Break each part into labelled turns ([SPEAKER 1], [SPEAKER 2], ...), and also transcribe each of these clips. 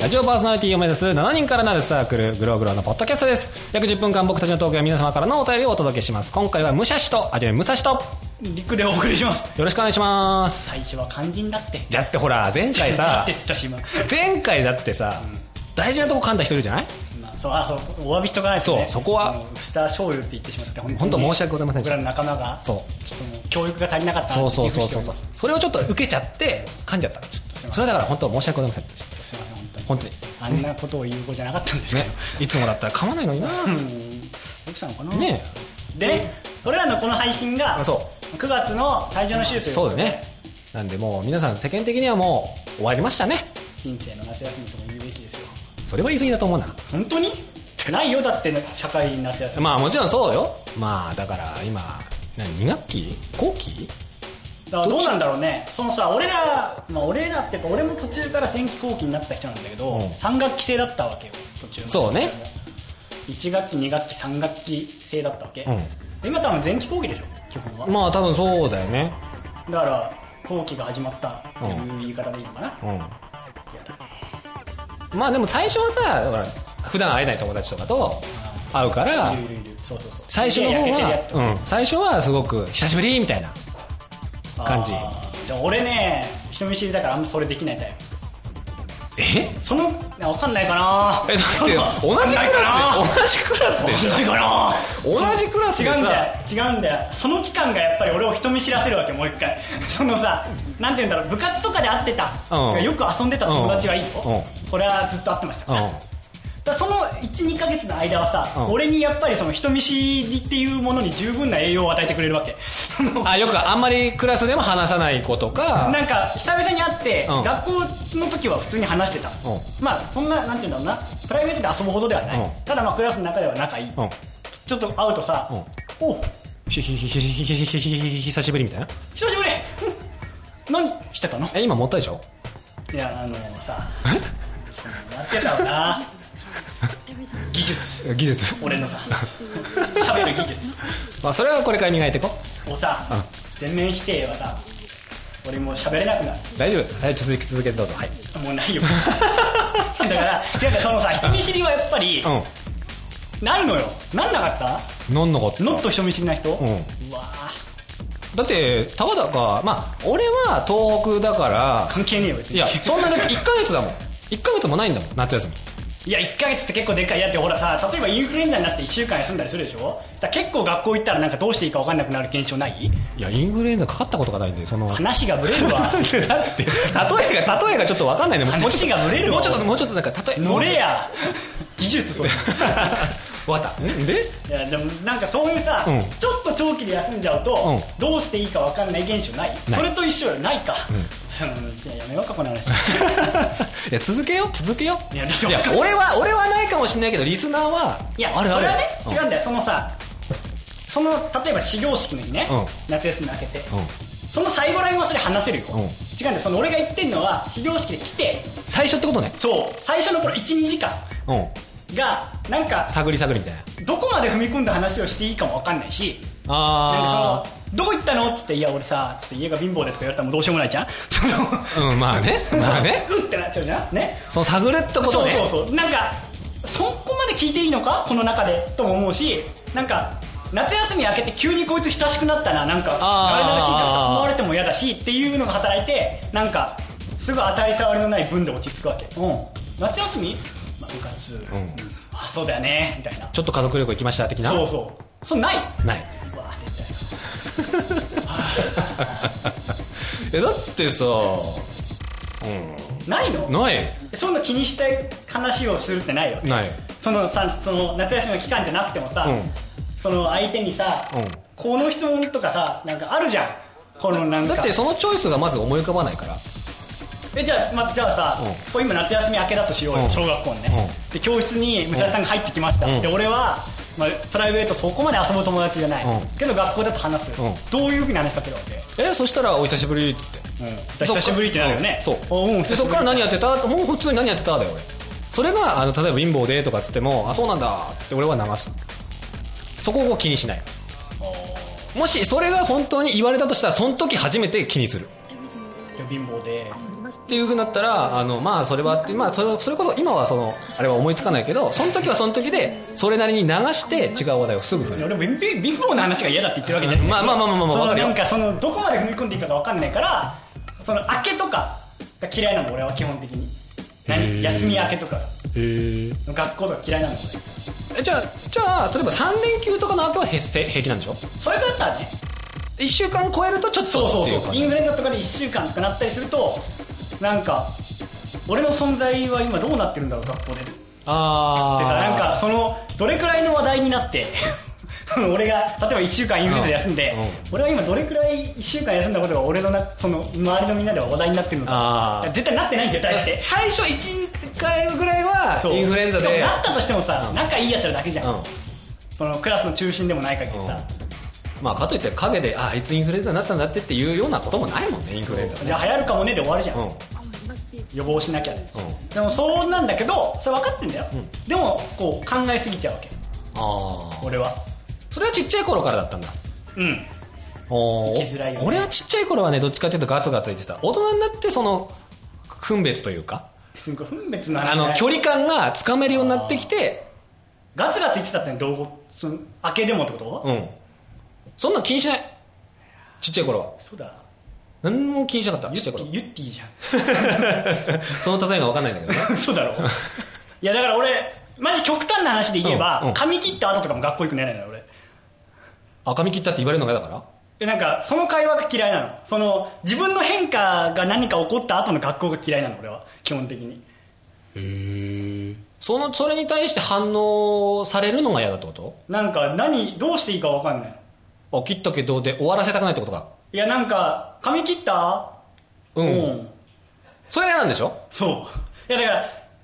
[SPEAKER 1] ラジオパーソナリティを目指す7人からなるサークルグローグローのポッドキャストです約10分間僕たちのトークや皆様からのお便りをお届けします今回は武者氏とあじめ武蔵とよ
[SPEAKER 2] リックでお送りします
[SPEAKER 1] ろしくお願いします
[SPEAKER 2] 最初は肝心だって
[SPEAKER 1] だってほら前回
[SPEAKER 2] だ
[SPEAKER 1] さ
[SPEAKER 2] って言ったし今
[SPEAKER 1] 前回だってさ、大事なとこ噛んだ一人じゃない
[SPEAKER 2] まあそうあそうお詫びしとかないと、ね、
[SPEAKER 1] そうそこは
[SPEAKER 2] あのスター醤油って言ってしまって
[SPEAKER 1] 本当申し訳ございませんでした
[SPEAKER 2] 僕らの仲間が
[SPEAKER 1] そう
[SPEAKER 2] ちょっともう教育が足りなかった
[SPEAKER 1] そう
[SPEAKER 2] なって
[SPEAKER 1] そう
[SPEAKER 2] 自
[SPEAKER 1] そうそうそう
[SPEAKER 2] 負しております
[SPEAKER 1] それをちょっと受けちゃって噛んじゃったそれはだから本当申し訳ございませんでした
[SPEAKER 2] すいません本当に
[SPEAKER 1] 本当に
[SPEAKER 2] あんなことを言う子じゃなかったんですけ
[SPEAKER 1] ね
[SPEAKER 2] ど、
[SPEAKER 1] いつもだったら噛まないのにな
[SPEAKER 2] うん奥さんかな
[SPEAKER 1] ね
[SPEAKER 2] でね俺らのこの配信が
[SPEAKER 1] あそ
[SPEAKER 2] 9月の最初の週という
[SPEAKER 1] そ
[SPEAKER 2] こ
[SPEAKER 1] うだ
[SPEAKER 2] とで
[SPEAKER 1] ねなんでもう皆さん世間的にはもう終わりましたね
[SPEAKER 2] 人生の夏休みとも言うべきですよ
[SPEAKER 1] それは言い過ぎだと思うな
[SPEAKER 2] 本当にないよだって社会に夏休み
[SPEAKER 1] まあもちろんそうよまあだから今何2学期後期
[SPEAKER 2] だからどうなんだろうねそのさ俺ら、まあ、俺らっていうか俺も途中から戦期後期になった人なんだけど、
[SPEAKER 1] うん
[SPEAKER 2] 3学期制だったわけよ途中の
[SPEAKER 1] そうね
[SPEAKER 2] 1学期2学期3学期制だったわけ、
[SPEAKER 1] うん
[SPEAKER 2] で今多分前期後期でしょ基本は、
[SPEAKER 1] まあ多分そうだよね
[SPEAKER 2] だから後期が始まったっていう言い方でいいのかな、
[SPEAKER 1] うん
[SPEAKER 2] 嫌だ
[SPEAKER 1] まあでも最初はさだから普段会えない友達とかと会うから
[SPEAKER 2] いるいるいるそうそうそう
[SPEAKER 1] 最初の方
[SPEAKER 2] 手焼けてるやつとか
[SPEAKER 1] は、うん、最初はすごく久しぶりみたいな感じ
[SPEAKER 2] あーでも俺ね人見知りだからあんまそれできないタイプ
[SPEAKER 1] え
[SPEAKER 2] そのわかんないかな
[SPEAKER 1] えだってよ同じクラスで同じクラスでしょ
[SPEAKER 2] わかんないかな
[SPEAKER 1] 同じクラス
[SPEAKER 2] 違
[SPEAKER 1] で
[SPEAKER 2] うん
[SPEAKER 1] さ
[SPEAKER 2] だよ違うんだよその期間がやっぱり俺を人見知らせるわけもう一回 そのさなんて言うんだろう部活とかで会ってた、
[SPEAKER 1] うん
[SPEAKER 2] よく遊んでた友達はいいよ、
[SPEAKER 1] う
[SPEAKER 2] これはずっと会ってました、
[SPEAKER 1] うん
[SPEAKER 2] だからその12ヶ月の間はさ、
[SPEAKER 1] うん
[SPEAKER 2] 俺にやっぱりその人見知りっていうものに十分な栄養を与えてくれるわけその
[SPEAKER 1] あよくあんまりクラスでも話さない子とか
[SPEAKER 2] なんか久々に会って、
[SPEAKER 1] うん
[SPEAKER 2] 学校の時は普通に話してた、
[SPEAKER 1] うん
[SPEAKER 2] まあそんななんて言うんだろうなプライベートで遊ぶほどではない、
[SPEAKER 1] うん
[SPEAKER 2] ただまあクラスの中では仲いい、
[SPEAKER 1] うん
[SPEAKER 2] ちょっと会うとさ、
[SPEAKER 1] う
[SPEAKER 2] お
[SPEAKER 1] ひひひひひひひひひひひ久しぶりみたいな
[SPEAKER 2] 久しぶりうん何してたの
[SPEAKER 1] え今持ったでしょ
[SPEAKER 2] いやあの さそんなのやってたよな技術
[SPEAKER 1] 技術
[SPEAKER 2] 俺のさ喋る技術
[SPEAKER 1] まあそれはこれから磨いていこ
[SPEAKER 2] をさ全面否定はさ俺もう喋れなくなる
[SPEAKER 1] う大丈夫はい続き続けてどうぞはい
[SPEAKER 2] もうないよ だからなんかそのさ人見知りはやっぱり
[SPEAKER 1] う
[SPEAKER 2] ないのよなんなかった
[SPEAKER 1] んなんなかった
[SPEAKER 2] ノット人見知りな人、
[SPEAKER 1] ん
[SPEAKER 2] わあ
[SPEAKER 1] だってたかだかまあ俺は東北だから
[SPEAKER 2] 関係ねえよ別に
[SPEAKER 1] いやそんなだって1ヶ月だもん1ヶ月もないんだもん夏休み
[SPEAKER 2] いや1ヶ月って結構でっかいやってほらさ例えばインフルエンザになって1週間休んだりするでしょだから結構学校行ったらなんかどうしていいか分かんなくなる現象ない
[SPEAKER 1] いやインフルエンザかかったことがないんでその
[SPEAKER 2] 話がブレるわ
[SPEAKER 1] だって例えが例えがちょっとわかんないねもうもうちょっと
[SPEAKER 2] 話がぶれるわ
[SPEAKER 1] もうちょっともうちょっとなんか例え
[SPEAKER 2] 乗れや技術 それ
[SPEAKER 1] わかったんで
[SPEAKER 2] いやでもなんかそういうさ、
[SPEAKER 1] うん
[SPEAKER 2] ちょっと長期で休んじゃうと、
[SPEAKER 1] うん
[SPEAKER 2] どうしていいか分かんない現象ない
[SPEAKER 1] ない
[SPEAKER 2] それと一緒よないか、うん、じゃあやめようかこ の話
[SPEAKER 1] いや続けよう続けよう
[SPEAKER 2] い
[SPEAKER 1] い
[SPEAKER 2] や
[SPEAKER 1] や
[SPEAKER 2] だって
[SPEAKER 1] 俺は俺はないかもしれないけどリスナーはい
[SPEAKER 2] や
[SPEAKER 1] あるあ
[SPEAKER 2] そ
[SPEAKER 1] る
[SPEAKER 2] れはね
[SPEAKER 1] うん
[SPEAKER 2] 違うんだよそのさその例えば始業式の日ね、
[SPEAKER 1] う
[SPEAKER 2] 夏休み明けて、
[SPEAKER 1] うん
[SPEAKER 2] その最後らへんはそれ話せるよ、
[SPEAKER 1] うん
[SPEAKER 2] 違うんだよその俺が言ってんのは始業式で来て
[SPEAKER 1] 最初ってことね
[SPEAKER 2] そう最初のこの12時間
[SPEAKER 1] うん
[SPEAKER 2] がなんか
[SPEAKER 1] 探り探りみたいな
[SPEAKER 2] どこまで踏み込んだ話をしていいかも分かんないしなん
[SPEAKER 1] あ
[SPEAKER 2] かそのどこ行ったのっつって「いや俺さちょっと家が貧乏で」とか言われたらもうどうしようもない じゃんその
[SPEAKER 1] うんまあ ねまあね
[SPEAKER 2] うってなっちゃうじゃんね
[SPEAKER 1] その探るってこ
[SPEAKER 2] そ
[SPEAKER 1] と
[SPEAKER 2] う
[SPEAKER 1] ね
[SPEAKER 2] そうそうなんかそこまで聞いていいのかこの中でとも思うしなんか夏休み明けて急にこいつ親しくなったななんか
[SPEAKER 1] あー
[SPEAKER 2] あれだらしいなと思われても嫌だしっていうのが働いてなんかすぐ当たり障りのない分で落ち着くわけ、うん、夏休み、まあ、部活、うんあそうだよねみたいな
[SPEAKER 1] ちょっと家族旅行行きました的な
[SPEAKER 2] そうそうそうない
[SPEAKER 1] ない
[SPEAKER 2] うわ出たよ
[SPEAKER 1] えだってさ
[SPEAKER 2] ないの
[SPEAKER 1] ない
[SPEAKER 2] そんな気にして話をするってないよ
[SPEAKER 1] ない
[SPEAKER 2] そのさその夏休みの期間じゃなくてもさ、
[SPEAKER 1] うん
[SPEAKER 2] その相手にさ、
[SPEAKER 1] うん
[SPEAKER 2] この質問とかさなんかあるじゃんこのなんか
[SPEAKER 1] だってそのチョイスがまず思い浮かばないから
[SPEAKER 2] えじゃあ、ま、じゃあさ、
[SPEAKER 1] うん
[SPEAKER 2] こう今夏休み明けだとしようよ、
[SPEAKER 1] うん
[SPEAKER 2] 小学校のね、
[SPEAKER 1] う
[SPEAKER 2] で教室に武蔵さんが入ってきました、
[SPEAKER 1] うん
[SPEAKER 2] で俺は、まあ、プライベートそこまで遊ぶ友達じゃない、
[SPEAKER 1] うん
[SPEAKER 2] けど学校だと話す、
[SPEAKER 1] うん
[SPEAKER 2] どういうふうに話しかけるわけ、
[SPEAKER 1] えそしたらお久しぶりって言って
[SPEAKER 2] だから久しぶりってなるよね
[SPEAKER 1] そう
[SPEAKER 2] おうん
[SPEAKER 1] でそっから何やってたもう普通に何やってただよ俺それがあの例えば貧乏でとかっつってもあそうなんだって俺は流すそこを気にしないもしそれが本当に言われたとしたらその時初めて気にする
[SPEAKER 2] 今日貧乏で
[SPEAKER 1] っていうふうになったらあのまあそれはあって、まあ、それそれこそ今はそのあれは思いつかないけどその時はその時でそれなりに流して違う話題をすぐ振る
[SPEAKER 2] 俺も貧貧乏な話が嫌だって言ってるわけじゃない、
[SPEAKER 1] まあまあまあまあまあ
[SPEAKER 2] そ
[SPEAKER 1] わか
[SPEAKER 2] の
[SPEAKER 1] るよ
[SPEAKER 2] なんかそのどこまで踏み込んでいいかが分かんないからその明けとかが嫌いなの俺は基本的に
[SPEAKER 1] へー
[SPEAKER 2] 何休み明けとかが
[SPEAKER 1] へ
[SPEAKER 2] 学校とか嫌いなの俺
[SPEAKER 1] えじゃあじゃあ例えば3連休とかの後は平成平気なんでしょ
[SPEAKER 2] それだったらね
[SPEAKER 1] 1週間超えるとちょっと
[SPEAKER 2] そうそう
[SPEAKER 1] ってい
[SPEAKER 2] そうイ
[SPEAKER 1] 感
[SPEAKER 2] ンフルエンザとかで1週間とかなったりするとなんか俺の存在は今どうなってるんだろう学校で
[SPEAKER 1] じ
[SPEAKER 2] だから
[SPEAKER 1] あ
[SPEAKER 2] なんか
[SPEAKER 1] あ
[SPEAKER 2] そのどれくらいの話題になって 俺が例えば1週間インフルエンザで休んで、
[SPEAKER 1] うんうん
[SPEAKER 2] 俺は今どれくらい1週間休んだことが俺のなその周りのみんなでは話題になってるの
[SPEAKER 1] あ
[SPEAKER 2] か
[SPEAKER 1] ー
[SPEAKER 2] 絶対なってないんだよ大 して
[SPEAKER 1] 最初1回ぐらいは
[SPEAKER 2] そう
[SPEAKER 1] インフルエンザ
[SPEAKER 2] し
[SPEAKER 1] で
[SPEAKER 2] かもなったとしてもさ、
[SPEAKER 1] うん
[SPEAKER 2] 仲いいやつらだけじゃん、
[SPEAKER 1] うん
[SPEAKER 2] そのクラスの中心でもない限りさ、
[SPEAKER 1] まあかといって影でああいつインフルエンザになったんだってっていうようなこともないもんねインフルエンザ
[SPEAKER 2] じ
[SPEAKER 1] ね
[SPEAKER 2] ゃあ流行るかもねで終わるじゃん、
[SPEAKER 1] うん
[SPEAKER 2] 予防しなきゃで、
[SPEAKER 1] ん
[SPEAKER 2] でもそうなんだけどそれ分かってんだよ、でもこう考えすぎちゃうわけ
[SPEAKER 1] ああ
[SPEAKER 2] 俺は
[SPEAKER 1] それはちっちゃい頃からだったんだ
[SPEAKER 2] うん
[SPEAKER 1] おー
[SPEAKER 2] 生きづらいよね
[SPEAKER 1] 俺はちっちゃい頃はねどっちかっていうとガツガツ言ってた大人になってその分別というか
[SPEAKER 2] 別にこれ分別の話
[SPEAKER 1] あ
[SPEAKER 2] じゃ
[SPEAKER 1] の
[SPEAKER 2] ない
[SPEAKER 1] 距離感がつかめるようになってきて
[SPEAKER 2] ガツガツ言ってたってどうその明けでもってこと、
[SPEAKER 1] うんそんなん気にしないちっちゃい頃は
[SPEAKER 2] そうだ
[SPEAKER 1] 何も気にしなかった
[SPEAKER 2] ユ
[SPEAKER 1] ちっち
[SPEAKER 2] ッテ
[SPEAKER 1] ゃい頃
[SPEAKER 2] ィユッティじゃ
[SPEAKER 1] その例えが分かんないんだけどね
[SPEAKER 2] ん そうだろいやだから俺マジ極端な話で言えば、
[SPEAKER 1] うんうん
[SPEAKER 2] 髪切った後とかも学校行くの嫌なの俺
[SPEAKER 1] 赤身切ったって言われるのが嫌だから
[SPEAKER 2] でなんかその会話が嫌いなのその自分の変化が何か起こった後の学校が嫌いなの俺は基本的に
[SPEAKER 1] へえそのそれに対して反応されるのが嫌だってこ
[SPEAKER 2] なんか何どうしていいか分かんない
[SPEAKER 1] とあ切ったけどで終わらせたくないってことか
[SPEAKER 2] いやなんか髪切った
[SPEAKER 1] うん、
[SPEAKER 2] うん
[SPEAKER 1] それが嫌なんでしょ
[SPEAKER 2] そういやだか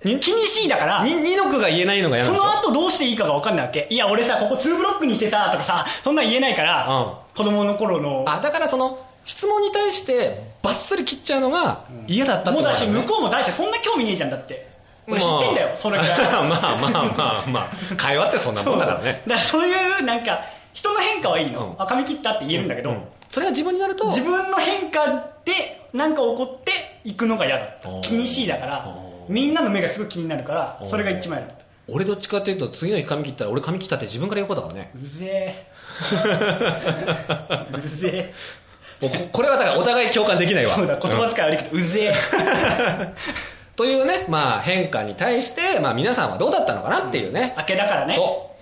[SPEAKER 2] ら気にしいだから
[SPEAKER 1] に二の句が言えないのが嫌な
[SPEAKER 2] そ
[SPEAKER 1] んでしょ
[SPEAKER 2] の後どうしていいかが分かんないわけいや俺さここ2ブロックにしてさとかさそんなん言えないから、
[SPEAKER 1] うん
[SPEAKER 2] 子供の頃の
[SPEAKER 1] あだからその質問に対してバッサリ切っちゃうのが嫌だったって
[SPEAKER 2] も
[SPEAKER 1] こと
[SPEAKER 2] だ
[SPEAKER 1] なん
[SPEAKER 2] し
[SPEAKER 1] よね
[SPEAKER 2] 向こうも大してそんな興味ねえじゃんだって俺知
[SPEAKER 1] まあ
[SPEAKER 2] ってんだよ、それぐらい
[SPEAKER 1] まあまあまあまあ会話ってそんなもんだからね
[SPEAKER 2] だからそういうなんか人の変化はいいの、
[SPEAKER 1] うん
[SPEAKER 2] あ髪切ったって言えるんだけど、
[SPEAKER 1] うんそれが自分になると
[SPEAKER 2] 自分の変化で何か起こっていくのが嫌だった
[SPEAKER 1] おー
[SPEAKER 2] 気にしいだから
[SPEAKER 1] おー
[SPEAKER 2] みんなの目がすごい気になるから
[SPEAKER 1] おー
[SPEAKER 2] それが一番嫌だった
[SPEAKER 1] 俺どっちかっていうと次の日髪切ったら俺髪切ったって自分から言うことだからね
[SPEAKER 2] うぜえうぜえ
[SPEAKER 1] もうここれはだからお互い共感できないわ
[SPEAKER 2] そうだ言葉遣い悪いけど うぜ
[SPEAKER 1] というね、まあ、変化に対して、まあ、皆さんはどうだったのかなっていう
[SPEAKER 2] え
[SPEAKER 1] ね、
[SPEAKER 2] 明けだからね
[SPEAKER 1] そ、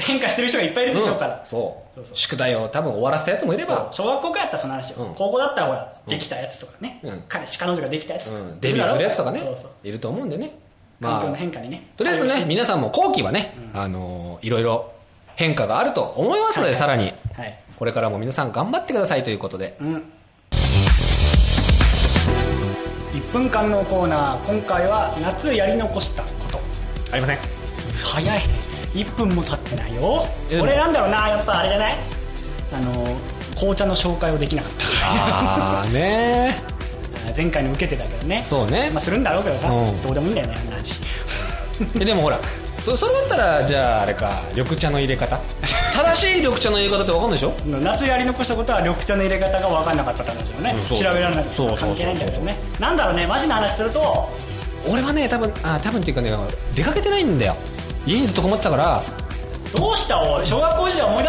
[SPEAKER 2] 変化してる人がいっぱいいうるでしょうから
[SPEAKER 1] ん、、そう
[SPEAKER 2] そうそう
[SPEAKER 1] 宿題を多分終わらせたやつもいれば
[SPEAKER 2] 小学校からやったらその話よ、
[SPEAKER 1] うん
[SPEAKER 2] 高校だったらほらできたやつとかね、
[SPEAKER 1] うん
[SPEAKER 2] 彼氏彼女ができたやつと
[SPEAKER 1] う、
[SPEAKER 2] か、
[SPEAKER 1] ん、デビューするやつとかね
[SPEAKER 2] そうそう
[SPEAKER 1] いると思うんでね、
[SPEAKER 2] 環
[SPEAKER 1] ま
[SPEAKER 2] 境の
[SPEAKER 1] あ、
[SPEAKER 2] 変化にね
[SPEAKER 1] とりあえずね皆さんも後期はね、あのーいろいろ変化があると思いますので、さらに
[SPEAKER 2] はい
[SPEAKER 1] これからも皆さん頑張ってくださいということで
[SPEAKER 2] うん1分間のコーナー今回は夏やり残したこと
[SPEAKER 1] ありません
[SPEAKER 2] 早い1分も経ってないよ
[SPEAKER 1] えでも
[SPEAKER 2] 俺なんだろうなやっぱあれじゃないあの紅茶の紹介をできなかった
[SPEAKER 1] ああね
[SPEAKER 2] あー 前回の受けてたけどね
[SPEAKER 1] そう ね
[SPEAKER 2] まあ、するんだろうけどさ、
[SPEAKER 1] うん
[SPEAKER 2] どうでもいいんだよねあんな話
[SPEAKER 1] えでもほらそそれだったらじゃああれか緑茶の入れ方正しい緑茶の入れ方って分かんないでしょ
[SPEAKER 2] 夏やり残したことは緑茶の入れ方が分かんなかったって話だよね、
[SPEAKER 1] うんそ
[SPEAKER 2] 調
[SPEAKER 1] う
[SPEAKER 2] べられなかっ
[SPEAKER 1] そうそ
[SPEAKER 2] た
[SPEAKER 1] うそうそう
[SPEAKER 2] 関係ないんだけどねなんだろうねマジな話すると
[SPEAKER 1] 俺はね多分あ多分っていうかね出かけてないんだよ家にずっとこもってたから
[SPEAKER 2] どうしたおい小学校時代思い出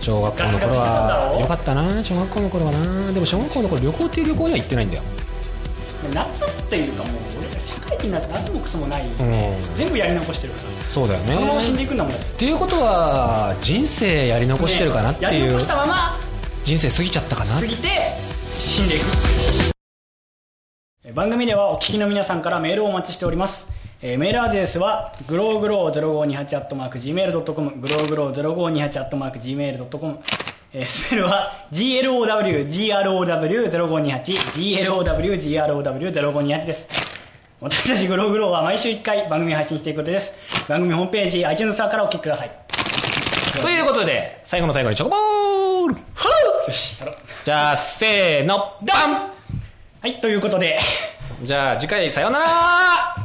[SPEAKER 1] 小学校の頃はよかったな小学校の頃はなでも小学校の頃旅行っていう旅行には行ってないんだよ
[SPEAKER 2] せ夏っていうかもう俺ら社会人になって夏もクソもない、
[SPEAKER 1] ん
[SPEAKER 2] 全部やり残してるから
[SPEAKER 1] そうだよね
[SPEAKER 2] そのまま死んで
[SPEAKER 1] っ
[SPEAKER 2] いくんだもんだって
[SPEAKER 1] ていうことは人生やり残してるかなって
[SPEAKER 2] ねや
[SPEAKER 1] い
[SPEAKER 2] り
[SPEAKER 1] う
[SPEAKER 2] 残したまま
[SPEAKER 1] 人生過ぎちゃったかな
[SPEAKER 2] 過ぎて死んでいくえー番組ではお聞きの皆さんからメールをお待ちしておりますえーメールアドレスはグローグロー0528 gmail.com グローグロー0528 gmail.com えースペルは GLOWGROW0528GLOWGROW0528 です私たちグローグローは毎週1回番組配信していくことです番組ホームページ iTunes さんからお聞きください
[SPEAKER 1] ということで最後の最後にチョコボール
[SPEAKER 2] よしやろう
[SPEAKER 1] じゃあせーのバン
[SPEAKER 2] はいということで
[SPEAKER 1] じゃあ次回さようなら